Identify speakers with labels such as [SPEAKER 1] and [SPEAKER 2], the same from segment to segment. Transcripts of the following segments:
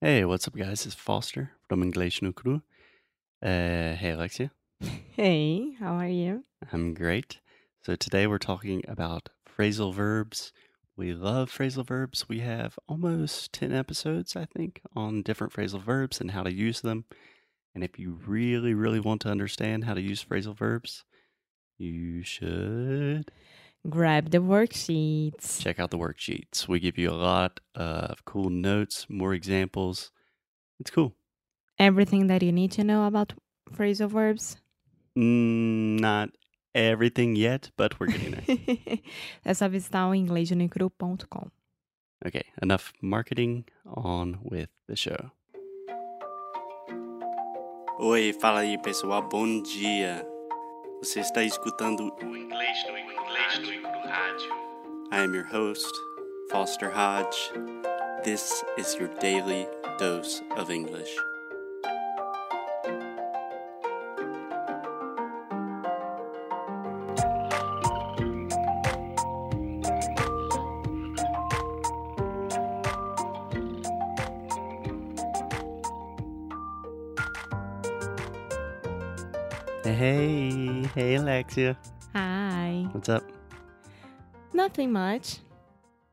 [SPEAKER 1] Hey, what's up, guys? It's Foster from English No Crew. Uh, hey, Alexia.
[SPEAKER 2] Hey, how are you?
[SPEAKER 1] I'm great. So today we're talking about phrasal verbs. We love phrasal verbs. We have almost 10 episodes, I think, on different phrasal verbs and how to use them. And if you really, really want to understand how to use phrasal verbs, you should
[SPEAKER 2] Grab the worksheets.
[SPEAKER 1] check out the worksheets. We give you a lot of cool notes, more examples. It's cool.
[SPEAKER 2] Everything that you need to know about phrasal verbs.
[SPEAKER 1] Mm, not everything yet, but we're getting there.
[SPEAKER 2] Dessa vez está o inglêsnucru.com.
[SPEAKER 1] Okay, enough marketing. On with the show. Oi, fala aí pessoal, bom dia. Você está escutando o Inglês no Inglês no Inglês Rádio. I am your host, Foster Hodge. This is your daily dose of English. Hey, hey Alexia.
[SPEAKER 2] Hi.
[SPEAKER 1] What's up?
[SPEAKER 2] Nothing much.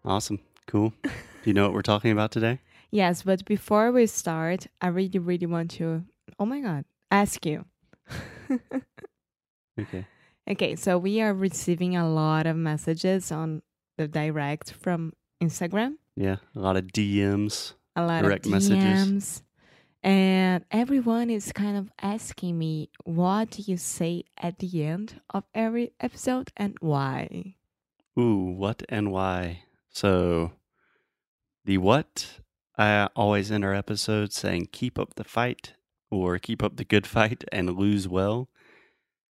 [SPEAKER 1] Awesome. Cool. Do you know what we're talking about today?
[SPEAKER 2] Yes, but before we start, I really, really want to, oh my God, ask you.
[SPEAKER 1] Okay.
[SPEAKER 2] Okay, so we are receiving a lot of messages on the direct from Instagram,
[SPEAKER 1] Yeah, a lot of DMs.
[SPEAKER 2] a lot
[SPEAKER 1] Direct
[SPEAKER 2] of
[SPEAKER 1] messages.
[SPEAKER 2] DMs. And everyone is kind of asking me, what do you say at the end of every episode and why?
[SPEAKER 1] Ooh, what and why? So, the what, I always end our episodes saying keep up the fight or keep up the good fight and lose well.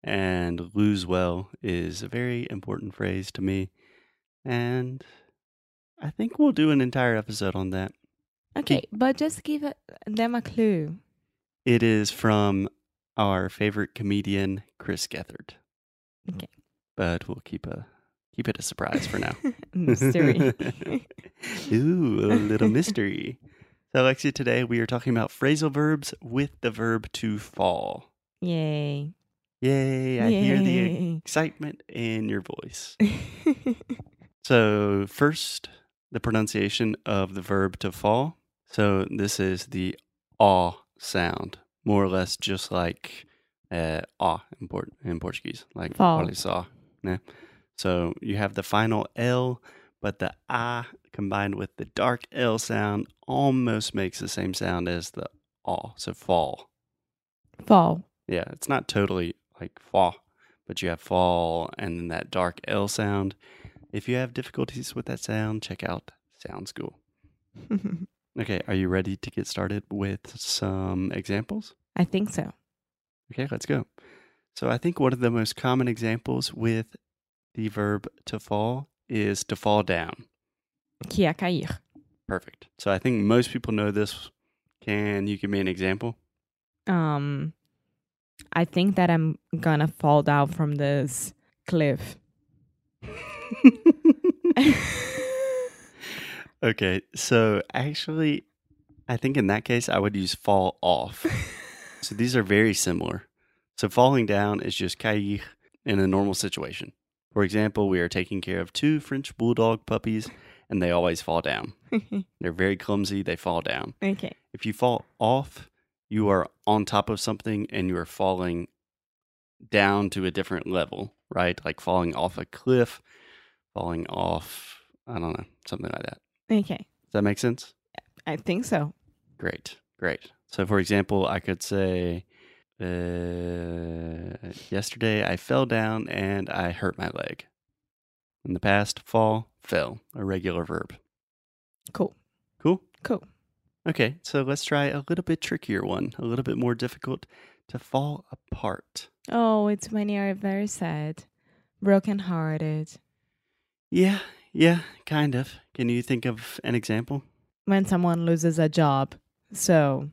[SPEAKER 1] And lose well is a very important phrase to me. And I think we'll do an entire episode on that.
[SPEAKER 2] Okay, but just give uh, them a clue.
[SPEAKER 1] It is from our favorite comedian, Chris Gethard.
[SPEAKER 2] Okay.
[SPEAKER 1] But we'll keep a keep it a surprise for now.
[SPEAKER 2] Mystery.
[SPEAKER 1] Ooh, a little mystery. So, Alexia, today we are talking about phrasal verbs with the verb to fall.
[SPEAKER 2] Yay.
[SPEAKER 1] Yay, I hear the
[SPEAKER 2] Yay.
[SPEAKER 1] excitement in your voice. So, first, the pronunciation of the verb to fall. So, this is the ah sound, more or less just like uh, ah in, Port- in Portuguese, like
[SPEAKER 2] Fall.
[SPEAKER 1] olha só, né? So, you have the final L, but the ah combined with the dark L sound almost makes the same sound as the ah. So, fall.
[SPEAKER 2] Fall.
[SPEAKER 1] Yeah, it's not totally like fall, but you have fall and then that dark L sound. If you have difficulties with that sound, check out Sound School. Okay, are you ready to get started with some examples?
[SPEAKER 2] I think so.
[SPEAKER 1] Okay, let's go. So I think one of the most common examples with the verb to fall is to fall down.
[SPEAKER 2] Que ia cair.
[SPEAKER 1] Perfect. So I think most people know this. Can you give me an example?
[SPEAKER 2] Um, I think that I'm gonna fall down from this cliff.
[SPEAKER 1] Okay, so actually, I think in that case, I would use fall off. so these are very similar. So falling down is just cair in a normal situation. For example, we are taking care of two French bulldog puppies, and they always fall down. They're very clumsy, they fall down.
[SPEAKER 2] okay.
[SPEAKER 1] If you fall off, you are on top of something and you are falling down to a different level, right? Like falling off a cliff, falling off, I don't know, something like that.
[SPEAKER 2] Okay.
[SPEAKER 1] Does that make sense?
[SPEAKER 2] I think so.
[SPEAKER 1] Great, great. So, for example, I could say, uh, yesterday I fell down and I hurt my leg. In the past, fall, fell, a regular verb.
[SPEAKER 2] Cool.
[SPEAKER 1] Cool?
[SPEAKER 2] Cool.
[SPEAKER 1] Okay, so let's try a little bit trickier one, a little bit more difficult to fall apart.
[SPEAKER 2] Oh, it's when you're very sad, broken hearted.
[SPEAKER 1] Yeah, yeah, kind of. Can you think of an example?
[SPEAKER 2] When someone loses a job. So,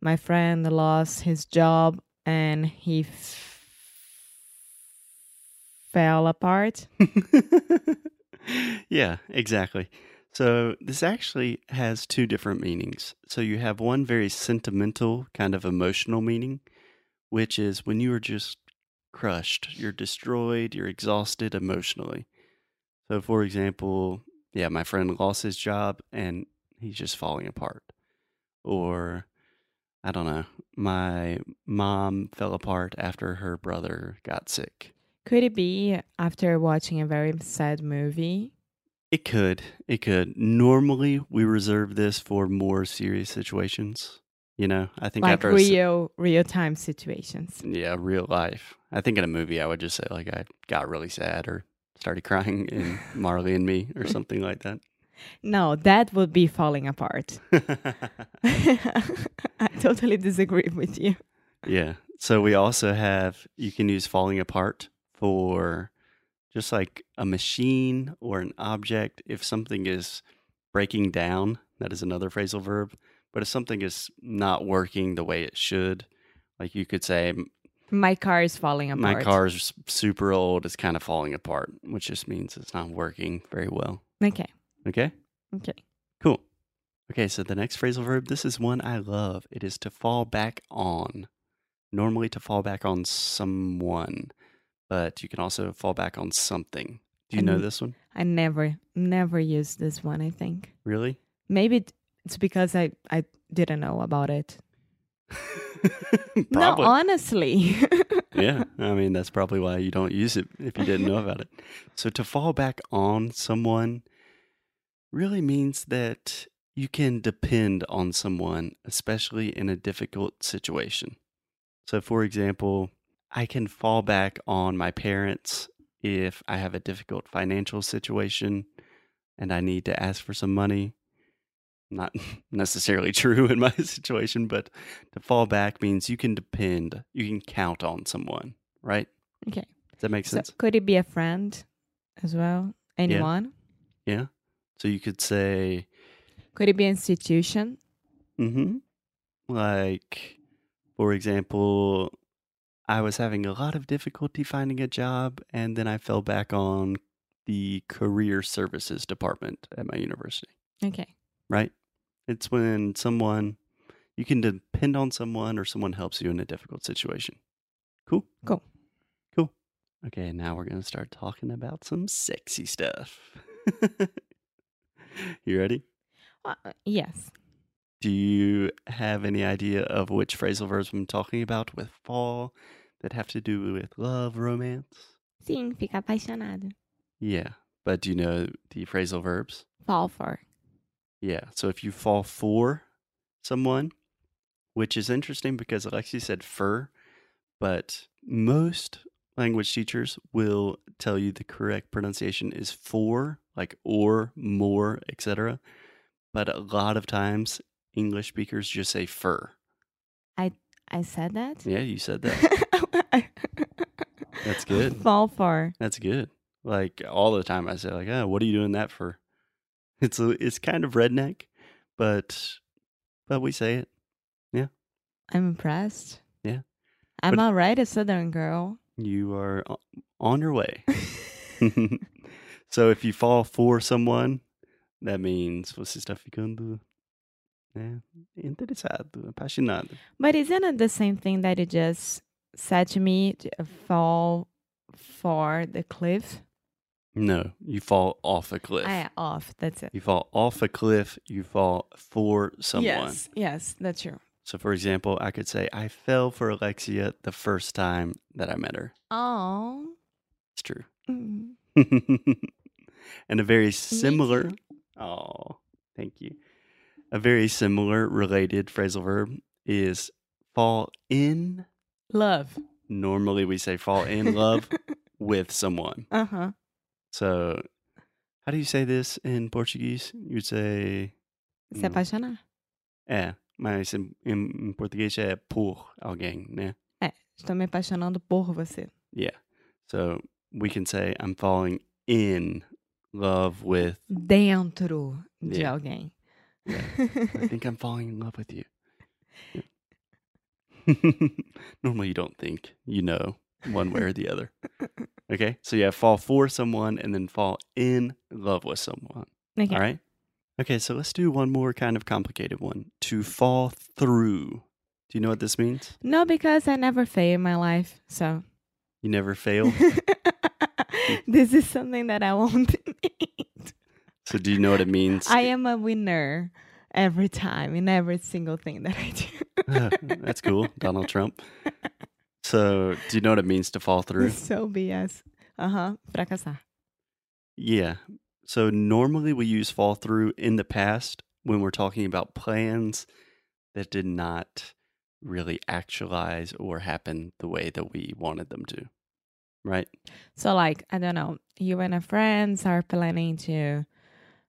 [SPEAKER 2] my friend lost his job and he f- fell apart.
[SPEAKER 1] yeah, exactly. So this actually has two different meanings. So you have one very sentimental, kind of emotional meaning, which is when you are just crushed, you're destroyed, you're exhausted emotionally. So, for example, yeah, my friend lost his job and he's just falling apart. Or, I don't know, my mom fell apart after her brother got sick.
[SPEAKER 2] Could it be after watching a very sad movie?
[SPEAKER 1] It could. It could. Normally, we reserve this for more serious situations. You know, I think
[SPEAKER 2] Like
[SPEAKER 1] after a s-
[SPEAKER 2] real real time situations.
[SPEAKER 1] yeah, real life. I think in a movie, I would just say like I got really sad or started crying in Marley and Me or something like that.
[SPEAKER 2] No, that would be falling apart. I totally disagree with you.
[SPEAKER 1] yeah. So we also have you can use falling apart for just like a machine or an object if something is breaking down. That is another phrasal verb. But if something is not working the way it should, like you could say, "M-
[SPEAKER 2] My car is falling apart.
[SPEAKER 1] my car is super old, it's kind of falling apart, which just means it's not working very well.
[SPEAKER 2] Okay.
[SPEAKER 1] Okay?
[SPEAKER 2] Okay.
[SPEAKER 1] Cool. Okay, so the next phrasal verb, this is one I love. It is to fall back on. Normally to fall back on someone, but you can also fall back on something. Do you know
[SPEAKER 2] And-
[SPEAKER 1] this one?
[SPEAKER 2] I never never used this one, I think.
[SPEAKER 1] Really?
[SPEAKER 2] Maybe it- it's because I I didn't know about it.
[SPEAKER 1] Probably.
[SPEAKER 2] No, honestly.
[SPEAKER 1] yeah. I mean, that's probably why you don't use it if you didn't know about it. So to fall back on someone really means that you can depend on someone, especially in a difficult situation. So, for example, I can fall back on my parents if I have a difficult financial situation and I need to ask for some money. Not necessarily true in my situation, but to fall back means you can depend, you can count on someone, right?
[SPEAKER 2] Okay.
[SPEAKER 1] Does that make
[SPEAKER 2] So
[SPEAKER 1] sense?
[SPEAKER 2] could it be a friend as well? Anyone?
[SPEAKER 1] yeah. So you could say,
[SPEAKER 2] Could it be an institution?
[SPEAKER 1] hmm Like, for example, I was having a lot of difficulty finding a job, and then I fell back on the career services department at my university,
[SPEAKER 2] Okay.
[SPEAKER 1] right? It's when someone, you can depend on someone or someone helps you in a difficult situation. Cool?
[SPEAKER 2] Cool.
[SPEAKER 1] Cool. Okay, now we're going to start talking about some sexy stuff. you ready?
[SPEAKER 2] Uh, uh, yes.
[SPEAKER 1] Do you have any idea of which phrasal verbs I'm talking about with fall that have to do with love, romance?
[SPEAKER 2] Sim, fica apaixonado.
[SPEAKER 1] Yeah. But do you know the phrasal verbs?
[SPEAKER 2] Fall for.
[SPEAKER 1] Yeah. So if you fall for someone, which is interesting because Alexi said fur, but most language teachers will tell you the correct pronunciation is for, like or, more, etc. But a lot of times English speakers just say fur.
[SPEAKER 2] I said that.
[SPEAKER 1] Yeah, you said that. That's good.
[SPEAKER 2] Fall for.
[SPEAKER 1] That's good. Like all the time, I say like, "Oh, what are you doing that for?" It's a, it's kind of redneck, but but we say it.
[SPEAKER 2] I'm impressed.
[SPEAKER 1] Yeah.
[SPEAKER 2] I'm
[SPEAKER 1] But-
[SPEAKER 2] alright, a southern girl.
[SPEAKER 1] You are o- on your way. so if you fall for someone, that means você está ficando né, interessado, apaixonado.
[SPEAKER 2] But isn't it the same thing that you just said to me? to, uh, Fall for the cliff.
[SPEAKER 1] No, you fall off a cliff.
[SPEAKER 2] I off. That's it.
[SPEAKER 1] You fall off a cliff. You fall for someone.
[SPEAKER 2] Yes. Yes, that's true.
[SPEAKER 1] So, for example, I could say, I fell for Alexia the first time that I met her.
[SPEAKER 2] Oh.
[SPEAKER 1] It's true.
[SPEAKER 2] Mm.
[SPEAKER 1] and a very similar, oh, thank you. A very similar related phrasal verb is fall in.
[SPEAKER 2] Love.
[SPEAKER 1] Normally we say fall in love with someone.
[SPEAKER 2] uh huh.
[SPEAKER 1] So, how do you say this in Portuguese? You would say, "Eh,"
[SPEAKER 2] Se
[SPEAKER 1] Mm.
[SPEAKER 2] apaixonar.
[SPEAKER 1] é, mas em, em português é por alguém, né?
[SPEAKER 2] Estou me apaixonando por você.
[SPEAKER 1] Yeah. So we can say I'm falling in love with
[SPEAKER 2] Dentro de
[SPEAKER 1] Yeah.
[SPEAKER 2] alguém.
[SPEAKER 1] I think I'm falling in love with you. Yeah. Normally you don't think, you know, one way or the other. Okay? So yeah, fall for someone and then fall in love with someone.
[SPEAKER 2] okay.
[SPEAKER 1] All right? Okay, so let's do one more kind of complicated one. To fall through. Do you know what this means?
[SPEAKER 2] No, because I never fail in my life. So
[SPEAKER 1] You never fail.
[SPEAKER 2] this is something that I won't need.
[SPEAKER 1] so do you know what it means?
[SPEAKER 2] I am a winner every time in every single thing that I do.
[SPEAKER 1] That's cool, Donald Trump. So do you know what it means to fall through?
[SPEAKER 2] so BS. Uh huh. Fracasar.
[SPEAKER 1] Yeah. So normally we use fall through in the past when we're talking about plans that did not really actualize or happen the way that we wanted them to. Right?
[SPEAKER 2] So, like, I don't know, you and a friends are planning to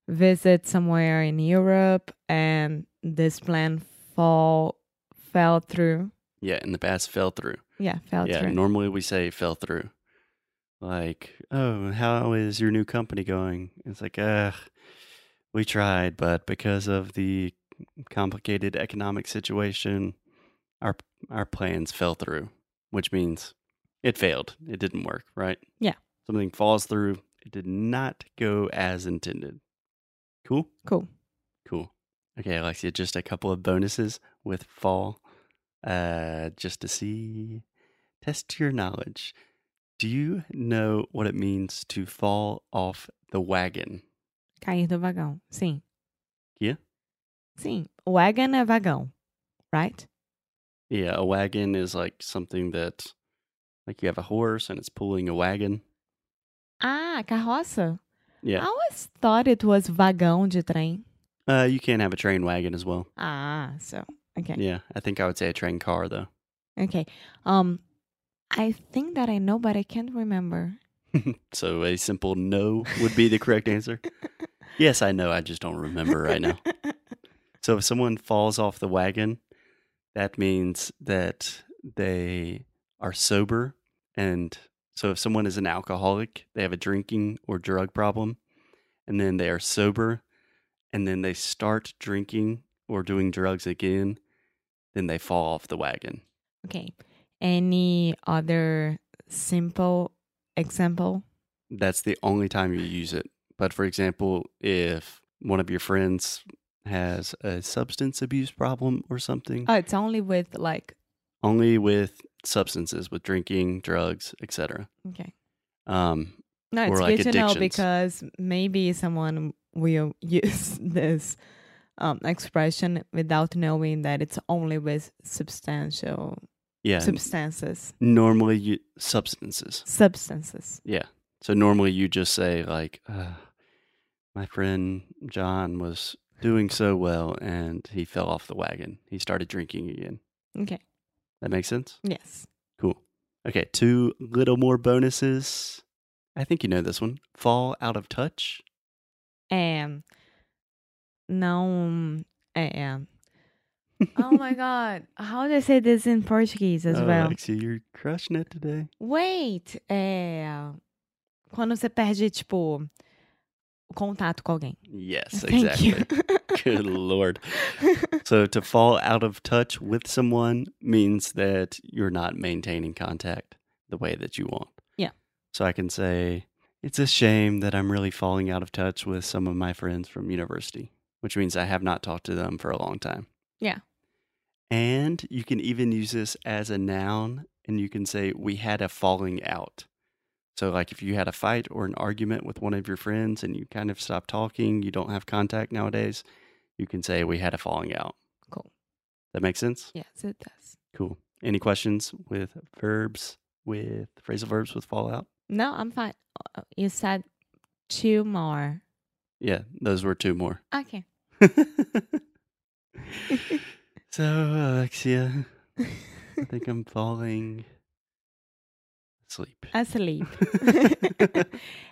[SPEAKER 2] visit somewhere in Europe, and this plan fall fell through.
[SPEAKER 1] Yeah, in the past fell through.
[SPEAKER 2] Yeah, fell
[SPEAKER 1] yeah,
[SPEAKER 2] through.
[SPEAKER 1] normally we say fell through. Like, oh, how is your new company going? It's like, ugh, we tried, but because of the complicated economic situation, our our plans fell through, which means it failed. It didn't work, right?
[SPEAKER 2] Yeah.
[SPEAKER 1] Something falls through. It did not go as intended. Cool?
[SPEAKER 2] Cool.
[SPEAKER 1] Cool. Okay, Alexia, just a couple of bonuses with fall, uh, just to see, test your knowledge. Do you know what it means to fall off the wagon?
[SPEAKER 2] Cair do vagão. Sim.
[SPEAKER 1] Yeah?
[SPEAKER 2] Sim. Wagon é vagão, right?
[SPEAKER 1] Yeah, a wagon is like something that, like you have a horse and it's pulling a wagon.
[SPEAKER 2] Ah, carroça. I
[SPEAKER 1] Yeah.
[SPEAKER 2] always thought it was vagão de trem.
[SPEAKER 1] Uh, you can have a train wagon as well.
[SPEAKER 2] Ah, so okay.
[SPEAKER 1] Yeah, I think I would say a train car though.
[SPEAKER 2] Okay. Um I think that I know but I can't remember.
[SPEAKER 1] So a simple no would be the correct answer. Yes, I know. I just don't remember right now. So if someone falls off the wagon, that means that they are sober. And so if someone is an alcoholic, they have a drinking or drug problem, and then they are sober, and then they start drinking or doing drugs again, then they fall off the wagon.
[SPEAKER 2] okay. Any other simple example?
[SPEAKER 1] That's the only time you use it. But for example, if one of your friends has a substance abuse problem or something,
[SPEAKER 2] Oh, it's only with like
[SPEAKER 1] only with substances, with drinking, drugs, etc.
[SPEAKER 2] okay.
[SPEAKER 1] Um,
[SPEAKER 2] No,
[SPEAKER 1] Or
[SPEAKER 2] it's
[SPEAKER 1] like
[SPEAKER 2] good to know
[SPEAKER 1] addictions.
[SPEAKER 2] because maybe someone will use this um, expression without knowing that it's only with substantial
[SPEAKER 1] yeah, n-
[SPEAKER 2] substances.
[SPEAKER 1] normally you, substances.
[SPEAKER 2] Substances.
[SPEAKER 1] Yeah. So normally you just say like, uh, my friend John was doing so well and he fell off the wagon. He started drinking again.
[SPEAKER 2] Okay.
[SPEAKER 1] That makes sense.
[SPEAKER 2] Yes.
[SPEAKER 1] Cool. Okay, two little more bonuses. I think you know this one. Fall out of touch.
[SPEAKER 2] Um. Não. É. um, oh my god. How do I say this in Portuguese as
[SPEAKER 1] Oh,
[SPEAKER 2] well?
[SPEAKER 1] Alexia, you're crushing it today.
[SPEAKER 2] Wait. É. Quando você perde, tipo, o contato com alguém.
[SPEAKER 1] Yes,
[SPEAKER 2] Thank
[SPEAKER 1] exactly.
[SPEAKER 2] you.
[SPEAKER 1] Good lord. So to fall out of touch with someone means that you're not maintaining contact the way that you want.
[SPEAKER 2] Yeah.
[SPEAKER 1] So I can say it's a shame that I'm really falling out of touch with some of my friends from university, which means I have not talked to them for a long time.
[SPEAKER 2] Yeah.
[SPEAKER 1] And you can even use this as a noun and you can say we had a falling out. So like if you had a fight or an argument with one of your friends and you kind of stopped talking, you don't have contact nowadays, you can say we had a falling out.
[SPEAKER 2] Cool.
[SPEAKER 1] That makes sense?
[SPEAKER 2] Yes, it does.
[SPEAKER 1] Cool. Any questions with verbs, with phrasal verbs with fallout?
[SPEAKER 2] No, I'm fine. Uh, You said two more.
[SPEAKER 1] Yeah, those were two more.
[SPEAKER 2] Okay.
[SPEAKER 1] so, Alexia, I think I'm falling asleep.
[SPEAKER 2] Asleep.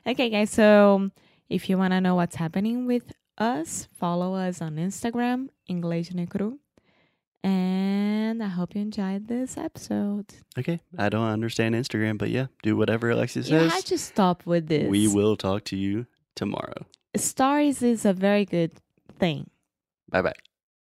[SPEAKER 2] okay, guys. So if you want to know what's happening with us, follow us on Instagram, English Necru. And I hope you enjoyed this episode.
[SPEAKER 1] okay, I don't understand Instagram, but yeah, do whatever Alexia
[SPEAKER 2] You had
[SPEAKER 1] says.
[SPEAKER 2] to stop with this.
[SPEAKER 1] We will talk to you tomorrow.
[SPEAKER 2] Stories is a very good thing.
[SPEAKER 1] Bye bye.